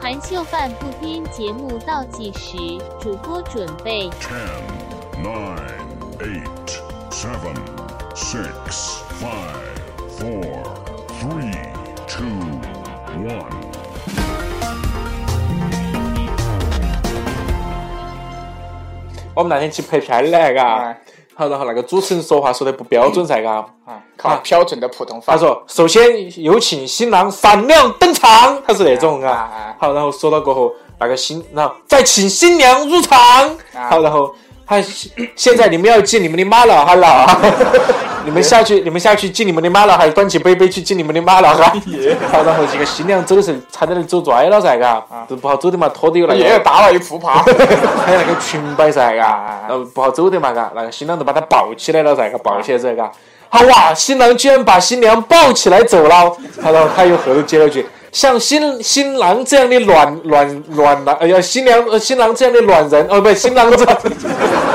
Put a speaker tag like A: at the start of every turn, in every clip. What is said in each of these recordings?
A: 含秀半步癫节目倒计时，主播准备
B: Ten, nine, eight, seven, six, five, four, three, two, one.
C: 我们那天去拍片儿来
D: 哎
C: 嘎，好，然后那个主持人说话说的不标准噻嘎，
D: 啊，靠标准的普通
C: 他
D: 话，
C: 说首先有请新郎闪亮登场，他是那种
D: 啊啊
C: 啊
D: 啊。
C: 好，然后说到过后，那个新，然后再请新娘入场。
D: 啊
C: 好，然后他现在你们要敬你们的妈了哈 啦，你们下去，你们下去敬你们的妈了，还端起杯杯去敬你们的妈 了哈。
D: 哎
C: 好，然后这个新娘走的时候，差点儿走拽了噻嘎，都不好走的嘛，拖的有那
D: 啊哎也
C: 个
D: 有大了一副 趴，
C: 还有那个裙摆噻，嘎，
D: 哦
C: 然后不好走的嘛，嘎，那个新郎就把他抱起来了噻，嘎，抱起来之后，
D: 啊
C: 嘎，好哇，新郎居然把新娘抱起来走了，好然后他又后头接了句，像新新郎这样的暖暖暖男，哎呀，新娘呃新郎这样的暖人，哦，不是，新郎这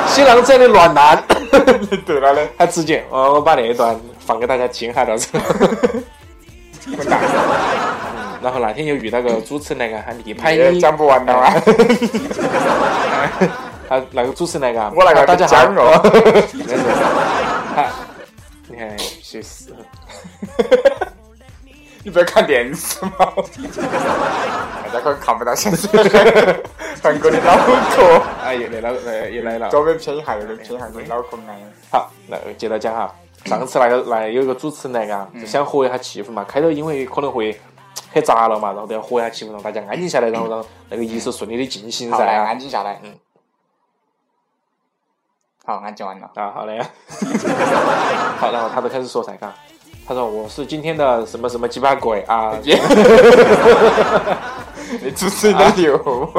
C: 新郎这样的暖男，
D: 对了嘞，
C: 他直接，哦，我把那一段放给大家听哈，到时候。 嗯
D: 滚蛋，
C: 然后那天又遇到个主持人来个，还力排
D: 也
C: 你，
D: 讲不完了啊，
C: 他那啊个主持人来个，
D: 我那
C: 大
D: 个
C: 家好
D: 讲了，
C: 真的是，他，你看，去死！
D: 你不要看电视嘛， 大家可能看不到现实，韩国的脑壳，
C: 啊，又来了，呃，又来了。
D: 左边偏一下，右边偏一下，这脑壳哎，
C: 好，那接着讲哈。上次那个那有一个主持人来嘎，就想活跃下气氛嘛。开头因为可能会很杂了嘛，然后都要活跃下气氛，让大家安静下来，然后让那个仪式顺利的进行
D: 好，
C: 噻。
D: 来
C: 啊
D: 安静下来，
C: 嗯
D: 好，安静完了，
C: 啊，好嘞。好，然后他就开始说噻嘎，他说我是今天的什么什么鸡巴鬼啊，
D: 你主持人都牛，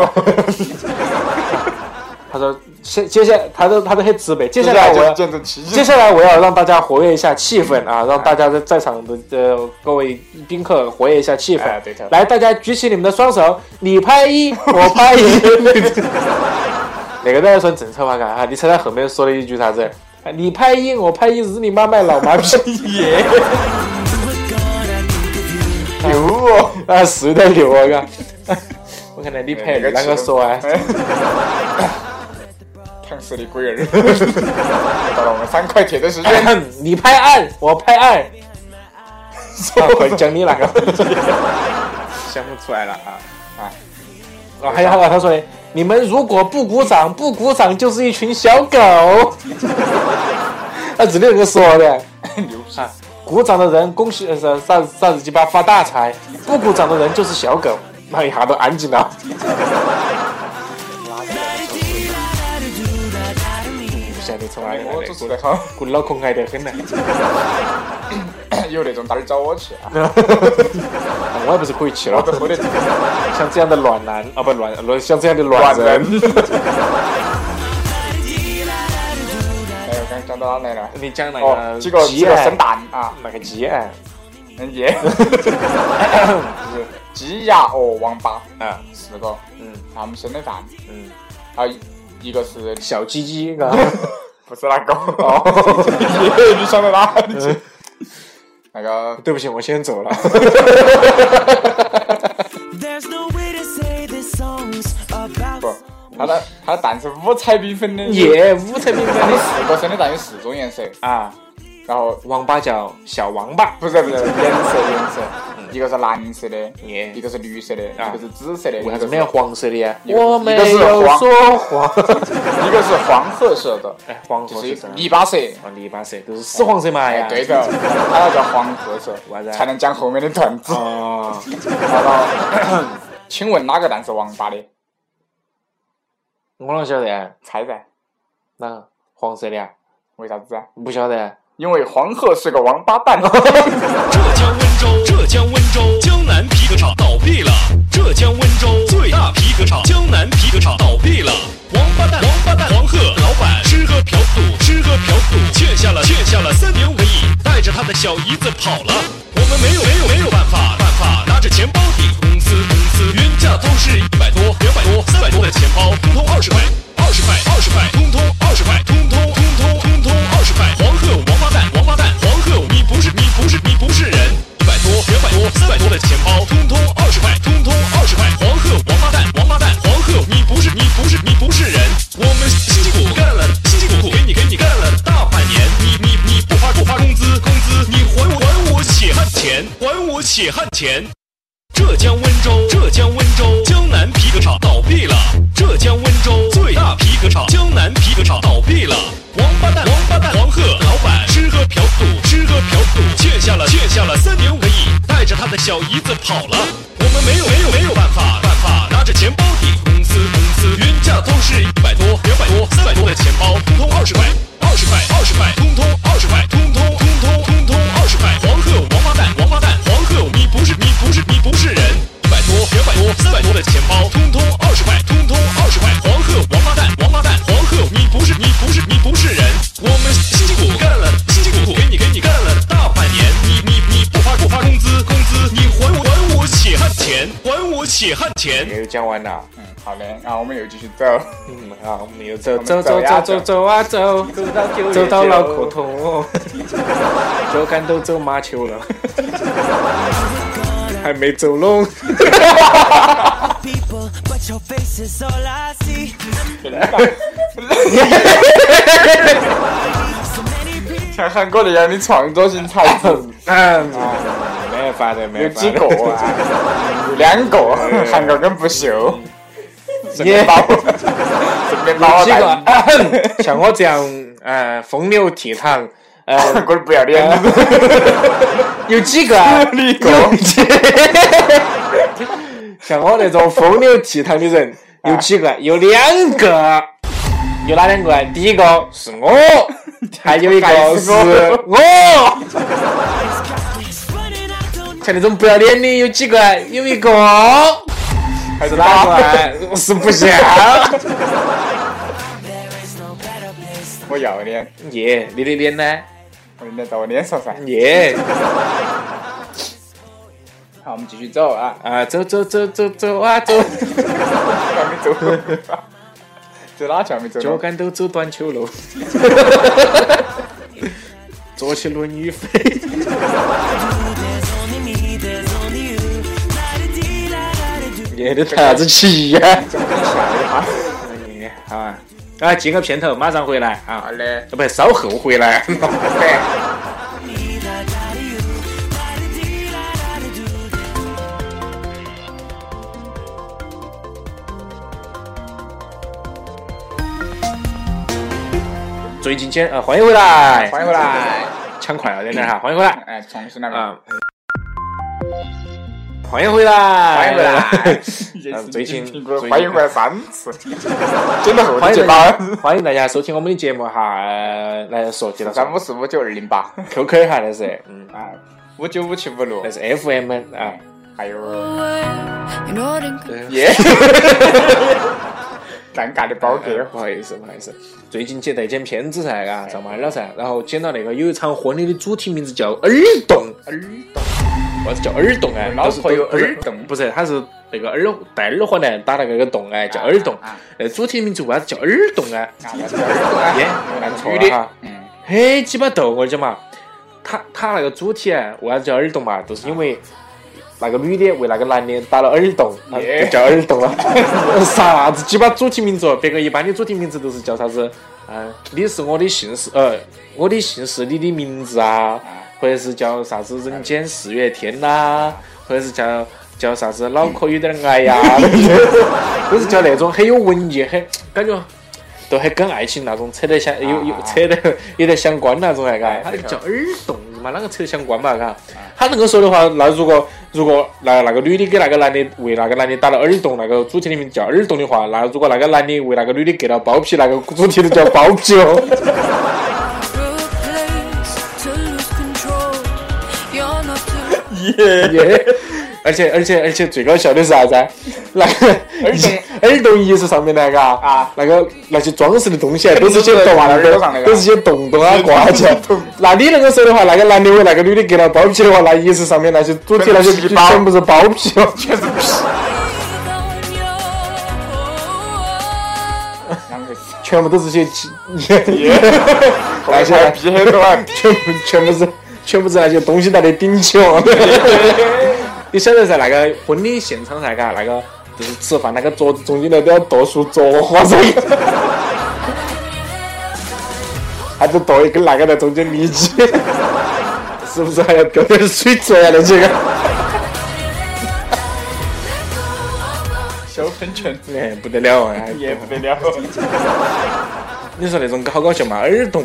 C: 他说接接下来他都他都很直白，接下来我要
D: 啊就见证奇迹
C: 接。下来我要让大家活跃一下气氛啊，让大家在在场的呃各位宾客活跃一下气氛。
D: 哎对头
C: 来，大家举起你们的双手，你拍 一，我拍一。哪个都要算正常嘛，嘎哈！你猜他后面说了一句啥子？你拍一，我拍一，日你妈卖老麻 逼
D: 耶！牛哦！
C: 啊，是有点牛啊，嘎！ 我看来你拍
D: 那
C: 二
D: 个
C: 啷个说啊？
D: 烫死你龟儿！到了我们三块铁的时间，
C: 你拍二，我拍 二。啊，快讲你那个。
D: 想不出来了 啊！啊，
C: 啊，还有还有，他说的，你们如果不鼓掌，不鼓掌就是一群小狗。 他直接这个说的，
D: 牛逼！
C: 啊，鼓掌的人恭喜呃啥啥啥子鸡巴发大财，不鼓掌的人就是小狗。那一下都安静了。现在从来没
D: 我主持
C: 滚
D: 的好，
C: 滚脑壳挨得很呢，
D: 有那种单儿找我去啊！
C: 啊我也不是可以去
D: 我
C: 了
D: 都。喝得醉
C: 像这样的暖男啊，不暖暖，像这样的暖人，
D: 哎，我刚讲到哪来了？
C: 你讲那
D: 哦，
C: 个
D: 几个
C: 鸡
D: 几个
C: 啊
D: 生蛋啊！
C: 那个鸡啊，
D: 嗯耶！ 就是鸡鸭鹅王八
C: 啊，
D: 四个，
C: 嗯
D: 他们生的蛋，
C: 嗯。
D: 还有一个是
C: 小鸡鸡，嘎，
D: 不是那个？ 耶！你想到哪里去？那个
C: 对不起，我先走了。
E: There's no way to say this song's about
D: 不，它的它的蛋是五彩缤纷的，
C: 耶，五彩缤纷
D: 它的
C: 的
D: 四个生的蛋有四种颜色，
C: 啊，
D: 然后
C: 王八叫小王八，
D: 不是不是颜色颜色，一个是蓝色的，
C: 耶
D: 一个是绿色的，
C: 啊
D: 一个是紫色的，
C: 为啥
D: 一
C: 子
D: 个
C: 没
D: 是
C: 有黄色的呀？
D: 一个是
C: 我没有说黄，
D: 一个是黄褐色的，
C: 哎，黄
D: 就
C: 褐
D: 是
C: 色啥？
D: 泥巴色，
C: 啊，泥巴色都是屎黄色嘛
D: 哎
C: 呀？
D: 对头， 它要叫黄褐色
C: 为啥子，啊
D: 才能讲后面的段子。
C: 哦，
D: 好了， 请问哪个蛋是王八的？
C: 我哪晓得？
D: 猜噻，
C: 哪个黄色的啊？
D: 为啥子啊？
C: 不晓得。
D: 因为黄褐是个王八 蛋。
F: 浙江温州，浙江温州江南皮革厂倒闭了。浙江温州最大皮革厂江南皮革厂倒闭了。王八蛋，王八蛋，黄鹤老板吃喝嫖赌，吃喝嫖赌，欠下了欠下了三年五亿，带着他的小姨子跑了。我们没有没有没有办法办法，拿着钱包抵公司公司，原价都是一百多、两百多、三百多的钱包，通通二十块。二十块，二十块，通通二十块，通通通通通通二十块。黄鹤，王八蛋，王八蛋，黄鹤，你不是你不是你不是人。一百多、两百多、三百多的钱包，通通二十块，通通二十块。黄鹤，王血汗钱。浙江温州，浙江温州江南皮革厂倒闭了。浙江温州最大皮革厂江南皮革厂倒闭了。王八蛋，王八蛋，王鹤老板吃喝嫖赌，吃喝嫖赌，欠下了欠下了三点五个亿，带着他的小姨子跑了。我们没有没有没有办法办法，拿着钱包抵公司公司，原价都是一百多、两百多、三百多的钱包，通通二十块，二十块，二十块，通通二十块，通通通通通通二十块。黄鹤，王八蛋，王八蛋，黄鹤，你不是你不是你不是人，一百多、两百多、三百多的钱包，通通二十块，通通二十块。黄鹤，王八蛋，王八蛋，黄鹤，你不是你不是你不是人，我们辛辛苦苦干了，辛辛苦苦给你给你干了大半年，你你你不发不发工资工资，你还我还我血汗钱，还我血汗钱。
C: 没有讲完呐、
D: 嗯，好嘞，然后我们又继续走，
C: 嗯啊，我们又走
D: 们
C: 走
D: 走
C: 走
D: 呀
C: 走走走啊走，走到脑壳痛哦， 脚杆哦都走麻球了， 还没走拢。
E: people, but your face is all I see.
D: 像 韩国那样的创作性才子
C: 嗯，没法的，没
D: 有
C: 法
D: 几
C: 的
D: 个。 啊？有两个，韩国跟不秀，
C: 嗯
D: 顺便把我，顺便把我
C: 几啊个
D: 带，
C: 咳 像我这样，呃，风流倜傥，呃
D: 韩，国不要脸，
C: 有几个啊？
D: 你个，
C: 像我那种风流倜傥的人
D: 啊
C: 有几个？有两个，有哪两个啊？第一个是 我，还有一个是我。
E: Running, I don't
C: 像那种不要脸的有几个啊？有一个
D: 还是
C: 是哪个
D: 打，
C: 啊？我是不像。
D: 我要脸，
C: 耶，你的脸呢？
D: 我应该到我脸上噻。
C: 耶，
D: 好，我们继续走啊，
C: 啊，走走走走走啊走，
D: 还没走够，走哪去还没走
C: 脚
D: 够？
C: 杆都走短球路，坐起轮椅飞。
E: There's only me, there's only you. La-da-dee, la-da-da-doo.
C: 耶，你弹啥子棋呀？
D: 啊，
C: 哎好 啊，啊，接个片头，马上回来啊。
D: 好嘞，
C: 不，稍后回来。
E: Me, la-da-da-you. La-da-dee, la-da-da-doo.
C: 最近先啊，欢迎回来，
D: 欢迎回来，
C: 抢快了点点啊哈，欢迎回来
D: 哎，重新来吧，
C: 啊，嗯欢迎回来，
D: 欢迎 回来
C: 啊，最近
D: 苹果欢迎回来三 次，真的后头
C: 欢
D: 结
C: 迎
D: 巴
C: 大家，欢迎大家收听我们的节目哈，呃来说接着
D: 三五
C: 说
D: 四五九二零八
C: QQ 哈，那是，嗯，
D: 啊，五九五七五六
C: 哎那，是 FM 啊，
D: 还有
G: in order to
D: 耶，尴尬的包给
C: 不好意思，不好意思，最近接在剪片子噻，
D: 哎
C: 嘎，上班了噻，然后剪到那个有一场婚礼的主题名字叫耳洞，
D: 耳洞，
C: 啥子叫耳洞哎？
D: 脑壳有
C: 都是
D: 耳洞
C: 不是，它是那个耳戴耳环的打那个个洞哎，叫耳洞
D: 啊啊啊。
C: 呃，主题名字为啥子叫耳洞哎？
D: 啊，那是耳洞啊，
C: 耶，
D: 那
C: 按
D: 是
C: 错
D: 女
C: 了
D: 的
C: 哈，。
D: 嗯，
C: 嘿，鸡巴逗我讲嘛，他他那个主题哎为啥子叫耳洞嘛？就是因为那个女的为那个男的打了耳洞，啊
D: 耶
C: 就叫耳洞了。 啥子鸡巴主题名字？哦？别个一般的主题名字都是叫啥子？嗯，你是我的姓氏，呃，我的姓氏，你的名字啊，或者是叫啥子人间四月天呐、或者是叫叫啥子脑壳有点癌呀、 都是叫那种很有文艺，很感觉都很跟爱情那种扯得相有有扯得 有点相关那种哎，嘎，啊他就叫耳洞日嘛，啷个扯得相关嘛，嘎。他恁个说的话，那如果如果那那个女的给那个男的为那个男的打了耳洞，那个主题的名字叫耳洞的话，那如果那个男的为那个女的给了包皮，那个主题就叫包皮哦。
G: place to lose control. You're not to
C: 耶！而且而且而且最搞笑的是啥子啊？那个耳
D: 洞
C: 耳洞仪式上面那个
D: 啊
C: 那个那些装饰的东西啊都是些洞啊，
D: 耳朵上那个
C: 都是些洞洞啊挂 起来。那你那个说的话，那个男的为那个女的给了包皮的话，那仪式上面那些主题那些
D: 全是皮包
C: 全部是包皮哦。
D: 全是屁，
G: breathe on your own.
C: 哎
D: 啷个死？
C: 全部都是些鸡 那些
D: 那些屁很多啊，
C: 全部全部是全部是那些东西在那顶起哦。 你晓得噻，那个婚礼现场噻，嘎，那个就是吃饭那个桌子中间那都要剁树桌花噻， 还得剁 啊一根那个在中间立起，是不是还要丢点水做呀那几个？
D: 成全，
C: 哎，不得了哎！
D: 也不得了。
C: 你说那种好搞笑嘛，耳洞，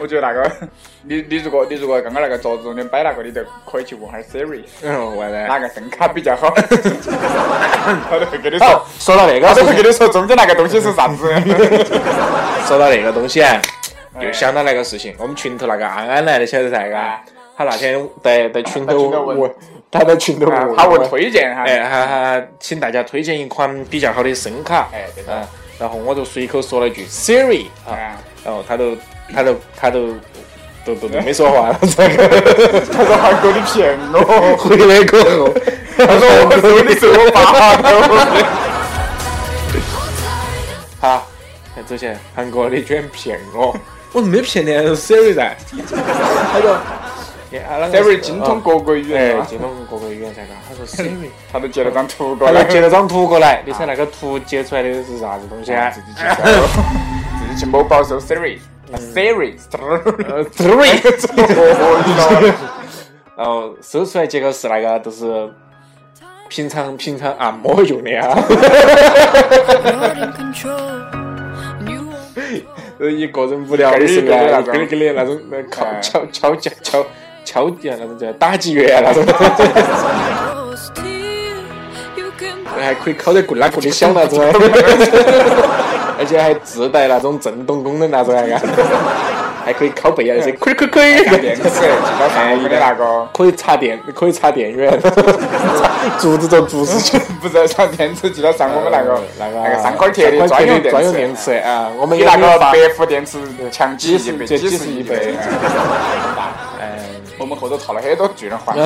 D: 我觉得那个，你你如果你如果刚刚那个桌子中间摆那个，你就可以去问下 Siri，
C: 嗯，完
D: 哪
C: 了。
D: 个声卡比较好，他就会跟你
C: 哦
D: 说，，
C: 说到那个
D: 他就
C: 事
D: 会
C: 情
D: 跟，你说中间那个东西是啥子。
C: 说到那个东西，啊
D: 哎
C: 又想到那个事情，我们群头那个安安来的晓得噻，嘎，他那天在在群头
D: 在群头问
C: 问，他在群头
D: 啊
C: 问，
D: 他问推荐哈，
C: 哎，哈哈，请大家推荐一款比较好的声卡。
D: 哎对的
C: 嗯，然后我就随口说了一句 Siri 啊
D: 啊，
C: 然后他都他都他都都都都没说 话了，这个
D: 他说韩哥你骗我，
C: 回来过后，
D: 他说我说你是我爸的，
C: 好，看走起，韩哥你居然骗我，我没骗你，Siri 噻，他说。
D: Siri 精通各国语啊
C: 哎
D: 言，嘛，
C: 精通各个语言噻，嘎。他说 Siri，
D: 他都截了张图过
C: 他
D: 来
C: 就，截了张图过来，你猜那个图截出来的是啥子东西啊？
D: 自己去搜，自己去某宝搜 Siri，那 Siri，
C: 呃，Siri，
D: 哦，
C: 然后搜出来结果是那个，就是平常平常按摩用的啊，
G: You're in control. And you won't
C: 就是一个人无聊的时候啊，
D: 跟
C: 跟
D: 儿
C: 跟的那种呃敲
D: 哎
C: 敲敲脚敲敲呀那种叫打击乐啊那种，
G: close to you. You can
C: 还可以敲得棍啦棍的响那种，而且还自带那种震动功能那种啊，还可以敲背啊那些，可以可以可
D: 看电视，
C: 以，
D: 记到上面的那个，
C: 可以插电可以插电源，竹子做竹子去。
D: 不是上电池，记到上我们那个
C: 那个
D: 那个三块铁的
C: 三
D: 专
C: 块
D: 用
C: 铁的专用
D: 电
C: 电
D: 池
C: 池。啊，我们
D: 比
C: 也
D: 那
C: 没有
D: 个
C: 发
D: 白富电池强几十倍，
C: 几十
D: 几十一倍
C: 几十一倍。
D: 哎我们后头套了很多巨人换，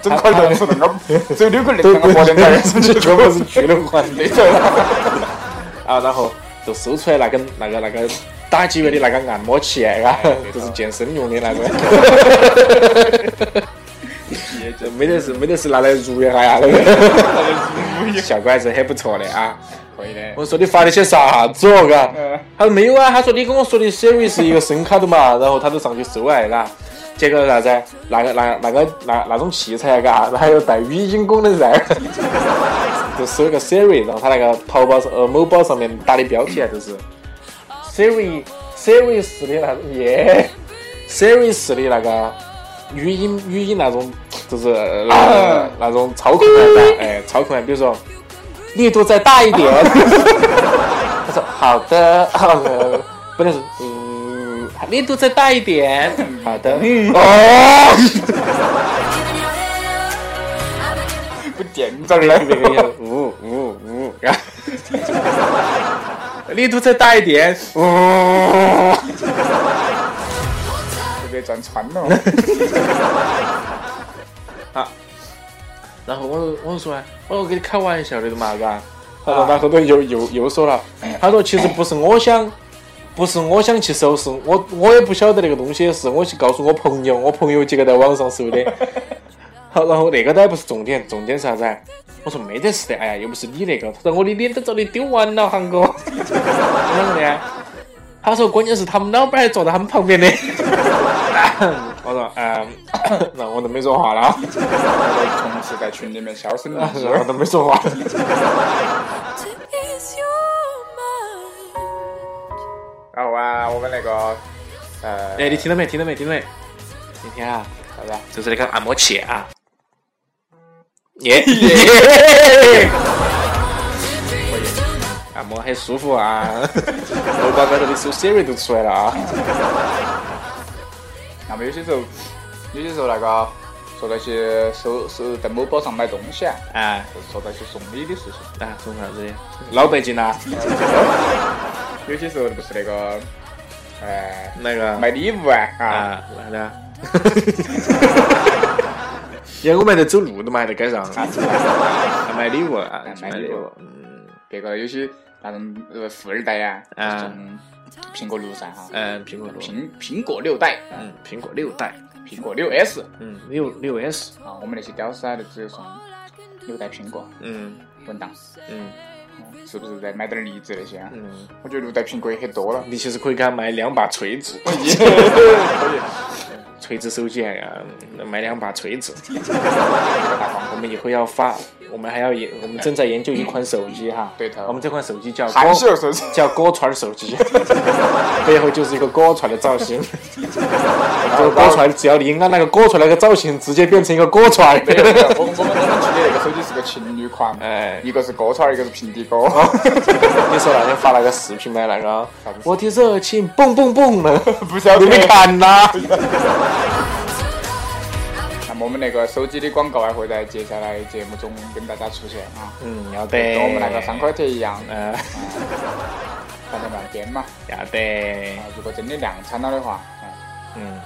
D: 整块电池那个，只有六 块那
C: 都
D: 个活电池，
C: 全部是巨人换的
D: 对头。
C: 啊，然后就搜出来那个那个那个打击乐的那个按摩器，啊，就是健身用的那个， 就没得事没得事拿来揉一下呀，那 个效果还是很不错的啊。
D: 可以的。
C: 我说你发的些啥子哦？ 嘎，他说没有啊，他说你跟我说的 Siri 是一个声卡的嘛，然后他就上去搜来嘎，结果啥子？那个那那个那那种器材嘎，它还有带语音功能噻， 就搜一个 Siri，然后他那个淘宝上呃某宝上面打的标题啊，就是 Siri Siri 式的那种耶，Siri 式的那个语音语音那种就是、呃
D: 啊
C: 那种操控啊，哎操控啊，比如说。力度再大一 点。他说好的， 好的，不能是嗯，力度再大一点，好的，嗯，哦，
D: 不电着嘞，
C: 别个样，呜呜呜，然后 力度再大一点，呜，嗯
D: 特别转穿 了。
C: 然后我就我就说，我说跟你开玩笑的嘛，嘎，他说他后头又又又说了，哎他说其实不是我想。不是我想去搜，是我我也不晓得那个东西，是我去告诉我朋友，我朋友结果在网上搜 的，好，然后那个倒也不是重点，重点是啥子啊？我说没得事的，哎呀，又不是你那个。他说我的脸都遭你丢完了，韩 哥。怎么的？他说关键是他们老板还坐在他们旁边 的。我说嗯， 那我都没说话了 啊，
D: 同时在群里面销声匿 迹，
C: 我都没说话。
G: to ease your mind.
D: 然后啊，我们那个呃，
C: 哎，你听到没？听到没？听到没？今天啊，
D: 啥子啊？
C: 就是那个按摩器啊。耶 按摩很舒服啊！ 我把刚才的手 Siri 都出来了啊！
D: 那么有些时候，有些时候那个说那些搜搜在某宝上买东西啊，
C: 哎，
D: 就是说那些送礼的事情。
C: 啊，送啥 子的？老北京啊呐，
D: 有些时候不是那个，呃，
C: 那个
D: 买礼物啊，啊，
C: 啊，来的。 因为我们还在走路的嘛，还在街上， 还买礼物啊，
D: 买礼物，
C: 嗯
D: 别个有些那种呃富二代啊，
C: 啊
D: 这种苹果六三哈，
C: 嗯，苹果六，
D: 苹苹果六代，
C: 嗯，苹果六代，
D: 苹果六 S
C: 嗯，六六 S，
D: 啊，我们那些屌丝啊，就只有送六代苹果，
C: 嗯
D: 稳当，
C: 嗯
D: 是不是再买点儿梨子那些啊？
C: 嗯，
D: 我 觉得六代苹果也很多了。
C: 你其实可以给他买两把锤子， 锤子收件呀、买两把锤子。 啊我们以后要发，我们还要研，我们正在研究一款手机哈。
D: 嗯对头
C: 我们这款手机叫
D: 韩
C: 锅
D: 式手机
C: 叫锅船手机， 背后就是一个锅船的造 型。这个锅船，只要你按那个锅船那个造型，直接变成一个锅船。
D: 没有没有， 我们我们我们去的那个手机是个情侣款，
C: 哎哦
D: 一个是锅铲，一个是平底锅。
C: 你说那天发那个视频嘛，那个
D: 啥子
C: 我的热情蹦蹦蹦的，
D: 不晓得
C: 你没看呐、
D: 那么我们那个手机的广告还会在接下来节目中跟大家出现啊，
C: 嗯，要得。
D: 跟我们那个三块钱一样，
C: 嗯、
D: 反正乱编嘛。
C: 要得
D: 啊。，如果真的量产了的话，嗯，
C: 嗯，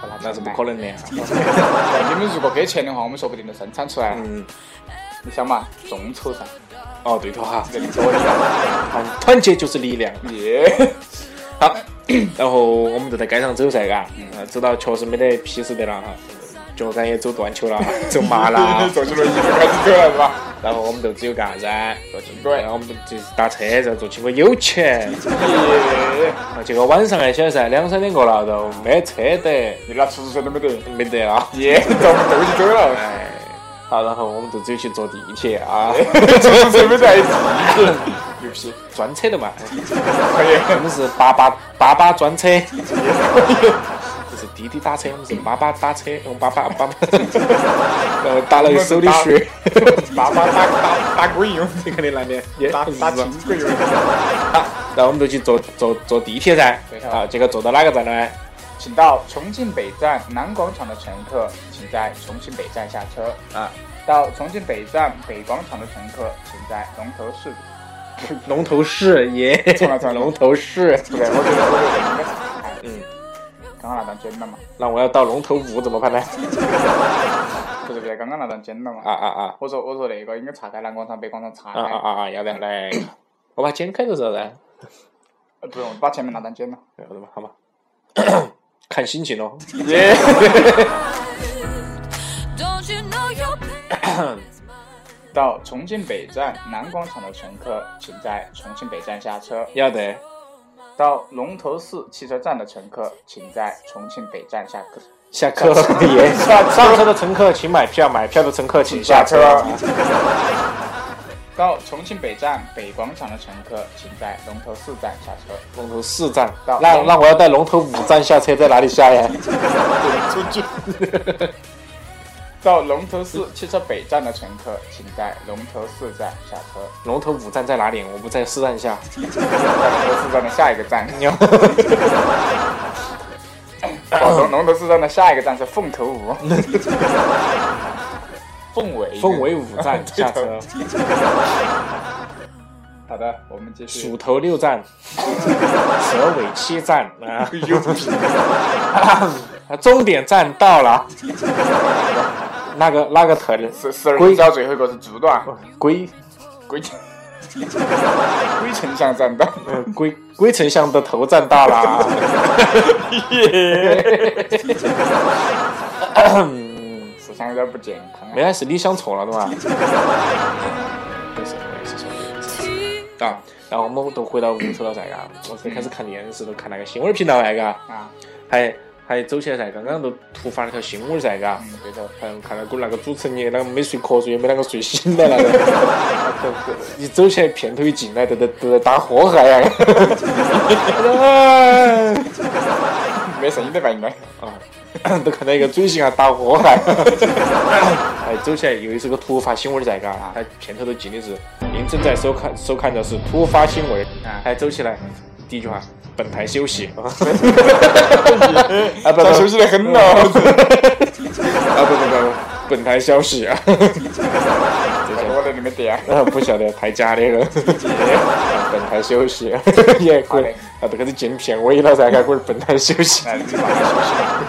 D: 看他
C: 那是不可能的呀。
D: 能。哎你们如果给钱的话，我们说不定能生产出来。
C: 嗯，
D: 你想嘛，众筹噻，
C: 哦，对头哈，
D: 人多一点。
C: 团团结就是力量。
D: 耶，。
C: 好，然后我们就在街上走噻，嘎，呃走到确实没得屁事的了哈，脚杆也走断球了， 走麻了
D: 坐起轮椅就开始走了是吧？
C: 然后我们就只有干啥子？
D: 坐轻轨
C: 对，。我们就是打车，然后坐轻轨有钱。
D: 耶，
C: 啊 结果晚上还晓得噻，两三点过了都没车得，
D: 你拿出租车都没得。
C: 没得 了。
D: 耶，走都起 走了，
C: 哎，好，然后我们就只有去坐地铁 啊，
D: 出租车没在一起， 牛批，
C: 专车的嘛，
D: 可以。
C: 我们是八八八八专车， 就是滴滴打车，我们是八八打车，我们八八八 八，然后打了一手的血，
D: 爸爸打打打鬼用，
C: 这个的男的也
D: 打打轻轨用。
C: 然后我们就去坐坐坐地铁噻
D: 对，
C: 啊，结果坐到哪个站呢？
D: 请到重庆北站南广场的乘客，请在重庆北站下车。
C: 啊，
D: 到重庆北站北广场的乘客，请在龙头市。
C: 龙头市 耶
D: 错了错，了
C: 龙头市，
D: 对，我觉得我觉得应该是哎
C: 嗯，
D: 刚刚那张剪了嘛，
C: 那我要到龙头五怎么办呢？
D: 不是不是，刚刚那张剪了嘛。
C: 啊啊啊
D: 我说我说那个应该岔开南广场北广场岔
C: 啊啊
D: 开，
C: 啊啊！要得来，我把剪开就是了噻。
D: 呃不用把前面那张剪了。
C: 哎我的妈，好吧，看心情咯。
D: 耶，
G: Don't you know your pain is mine?
D: 到重庆北站南广场的乘客，请在重庆北站下车。
C: 要得，
D: 到龙头寺汽车站的乘客，请在重庆北站下客。
C: 下课也上上车的乘客请买票，买票的乘客请下车。
D: 到重庆北站北广场的乘客，请在龙头寺站下车。
C: 龙头四站，
D: 到
C: 那那我要在龙头五站下车，在哪里下呀？
D: 出去。到龙头寺汽车北站的乘客，请在龙头寺站下车。
C: 龙头五站在哪里？我不在四站下。
D: 在龙头寺站的下一个站。宝龙龙头寺站的下一个站是凤 头舞。凤尾
C: 凤尾五站
D: 对
C: 下
D: 头
C: 车，
D: 好的，我们继续。
C: 鼠头六站，蛇尾七站啊。终点站到了，那个那个头的
D: 十十二
C: 龟
D: 公交最后一个是猪段，
C: 龟
D: 龟 龟丞相站的。
C: 呃龟龟丞相的头站到了啊。
D: 思想有点不健康啊。
C: 原来是你想错了的嘛？不是，我也是错的。啊，然后我们都回到屋头了噻，嘎，我是开始看电视，都看那个新闻频道哎，嘎，
D: 啊，
C: 还还走起来噻，刚刚都突发了条新闻噻，嘎，
D: 嗯，对头，
C: 嗯，看那个那个主持人也那个没睡瞌睡，也没啷个睡醒的那个，一走起来片头一进来都在都在打啊呵呵呀，
D: 没声音的吧应该。
C: 啊， 都看到一个嘴型啊打呵汗， 哎，走起来又是个突发新闻在嘎，他片头都进的是您正在收看收看的是突发新闻
D: 啊，
C: 哎，走起来第一句话，本台休息， 啊不
D: 他
C: 不
D: 休息得很 了，
C: 啊不不不不，本台消息啊，
D: 我在里面点。
C: 啊不晓得台家的人， 哎本台休息， 也滚，啊都开始进片尾了噻，该滚本台休息，
D: 哎，你把它休息吧。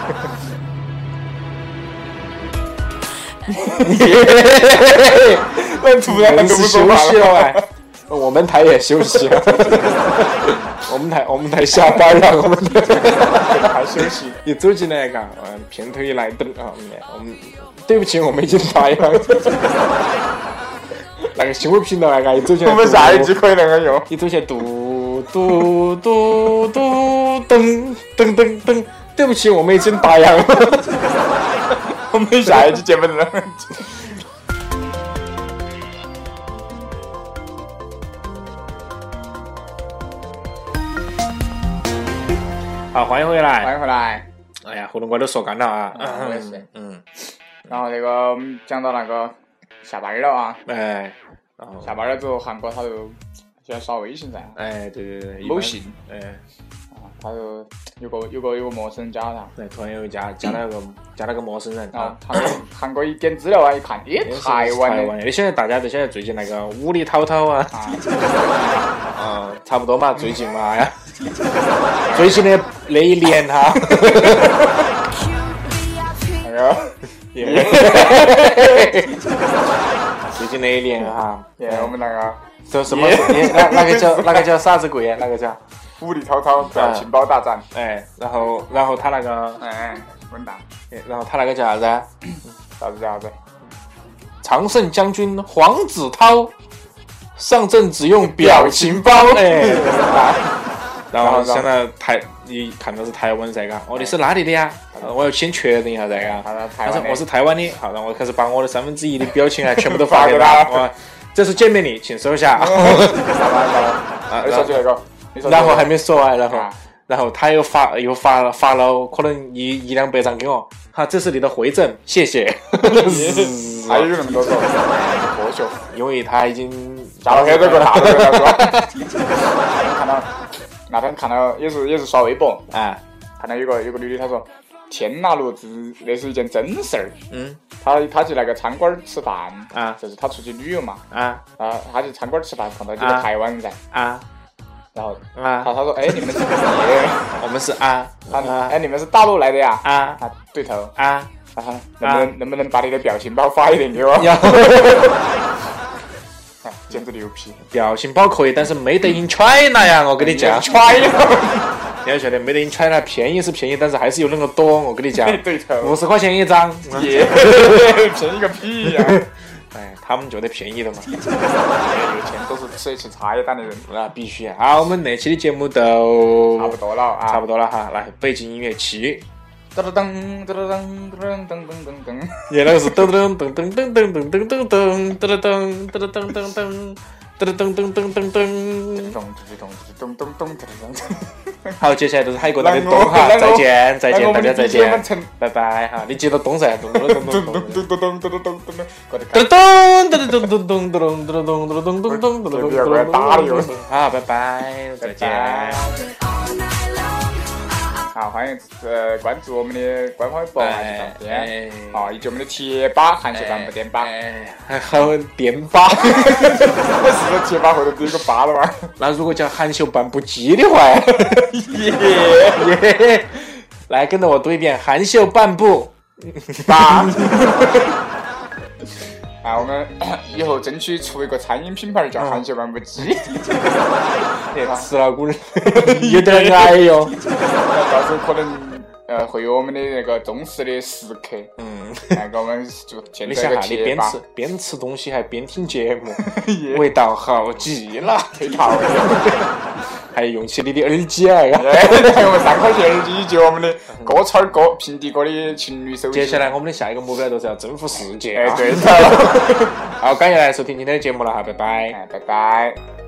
D: 那突然
C: 我
D: 都
C: 们
D: 不
C: 是
D: 说
C: 休
D: 话
C: 息了
D: 了，
C: 哎，我们台也休息 了，我们台我们台下班了，我们台
D: 还休息。
C: 一走进来嘎，嗯，片头一来灯啊，没我们对不起，我们已经打烊 了。那个新闻频道啊，嘎，一走进来，
D: 我们下一集可以那个用。
C: 一走进来，嘟嘟嘟嘟咚噔噔噔对不起，我们已经打烊 了。
D: 我们下一期节目的呢？
C: 好，欢迎回
D: 欢
C: 来。
D: 迎回来。
C: 哎呀，喉咙我都说干了啊。
D: 啊我也是
C: 嗯，
D: 然后那个我们讲到那个下班了啊，
C: 哎，然后
D: 下班了之后，韩哥他就喜欢刷微信噻，
C: 哎，对对对，一般
D: 某信，
C: 哎，
D: 啊他就有个有个有个陌生人加他，
C: 对，突然有加加了个加了个陌生人
D: 然后
C: 啊。
D: 韩哥韩哥一点资料啊，一看，
C: 也
D: 咦，
C: 是
D: 台湾
C: 台
D: 的
C: 湾的，现在大家都现在最近那个无理滔滔啊，
D: 啊，
C: 啊，差不多嘛，最近嘛哎呀，最近的那一年 哈，
D: 那个，
C: 最近那一年哈，
D: 耶，我们那个
C: 这什么？那那个 叫那个叫啥子鬼啊？那个叫
D: 武力滔滔，
C: 啊
D: 在情报大战，
C: 哎，然后然后他那个，
D: 哎，混蛋，
C: 哎然后他那个叫啥子啊？
D: 啥子啥子，
C: 常胜将军黄子韬上阵只用表情包， 哎，然后想到台，一看到是台湾噻，嘎，哦，你是哪里的呀？呃我要先确认一下噻，嘎
D: 好的，
C: 他
D: 台湾的
C: 说我是台湾的，好，然后我开始把我的三分之一的表 情啊全部都发给他
D: 发，给他
C: 哇，这是见面礼，请收 下。
D: 啥子啥
C: 啊
D: 子，哎你说起那个，你说起
C: 然后
D: 那个
C: 还没说完，然后
D: 啊
C: 然后他又发又发了发了可能一一两百张给我，哈，这是你的回赠，谢 谢。嗯
D: 还有那么多种，科学，
C: 因为他已经
D: 下了黑这个大了， 那个，看到那天看到也是也是刷微博，
C: 啊，
D: 看到有个有个女的，她说天拿路子那是一件真事儿。
C: 嗯
D: 她她去那个餐馆儿吃饭
C: 啊
D: 就是她出去旅游嘛，
C: 啊
D: 啊，她去餐馆儿吃饭碰到几个
C: 啊
D: 台湾人噻，
C: 啊
D: 然后她
C: 啊，
D: 她说哎你们是哪
C: 我们是啊
D: 里？她
C: 啊
D: 哎你们是大陆来的呀？
C: 啊
D: 啊对头，啊
C: 啊，
D: 她能不能能不能把你的表情包发一点给我？
C: 要
D: 哎简直牛 批，
C: 表情包可以，但是没得 in China 呀，我跟你讲，
D: 揣了，，
C: 你要晓得没得 in China，便宜是便宜，但是还是有那个多，我跟你讲
D: 对头，
C: 五十块钱一 张，
D: 耶，便宜个屁 呀！
C: 哎，他们觉得便宜的嘛。
D: 有钱都是吃得起茶叶蛋的人，
C: 那必须啊！好，我们那期的节目都
D: 差不多了啊，
C: 差不多了哈。来，背景音乐起，
D: 噔噔噔噔噔噔噔噔噔噔。
C: 你那个是噔噔噔噔噔噔噔噔噔噔噔噔噔噔噔噔噔噔噔噔噔噔噔。
D: 咚咚咚咚咚咚咚咚咚。
C: 好，接下来都是海哥那边咚哈，再见再见，大家再见，
D: 咚
C: 拜拜哈！你记得咚噻，咚咚咚咚咚
D: 咚咚。咚咚咚咚咚咚，我的
C: 噔噔噔噔噔噔噔噔噔噔噔噔噔噔噔！啊，拜拜，再见。
D: 好，欢迎呃关注我们的官方微博韩式照片，啊以及我们的贴吧韩式版不点吧，
C: 哎，还好点吧。
D: 我是不是贴吧后头只有个吧了嘛？
C: 那如果叫含羞半步鸡的话，耶来跟着我读一遍：含羞半步
D: 吧。啊，我 们以后争取出一个餐饮品牌叫韩式万不鸡，
C: 吃了股，有点矮哟。
D: 到时候可能呃会有我们的那个忠实的食客，
C: 嗯，
D: 来给我们就建
C: 你
D: 设
C: 想
D: 一
C: 哈
D: 个，
C: 你
D: 贴
C: 边
D: 吧
C: 吃。边吃东西还边听节 目，味道好极了，
D: 退潮了，
C: 还用起你的耳机啊！
D: 哎，我们三块钱耳机以及我们的歌川哥平底哥的情侣手机。
C: 接下来我们的下一个目标就是要征服世界。啊
D: 哎，对头，
C: 好，感谢来收听今天的节目了哈，拜拜。
D: 哎，拜拜。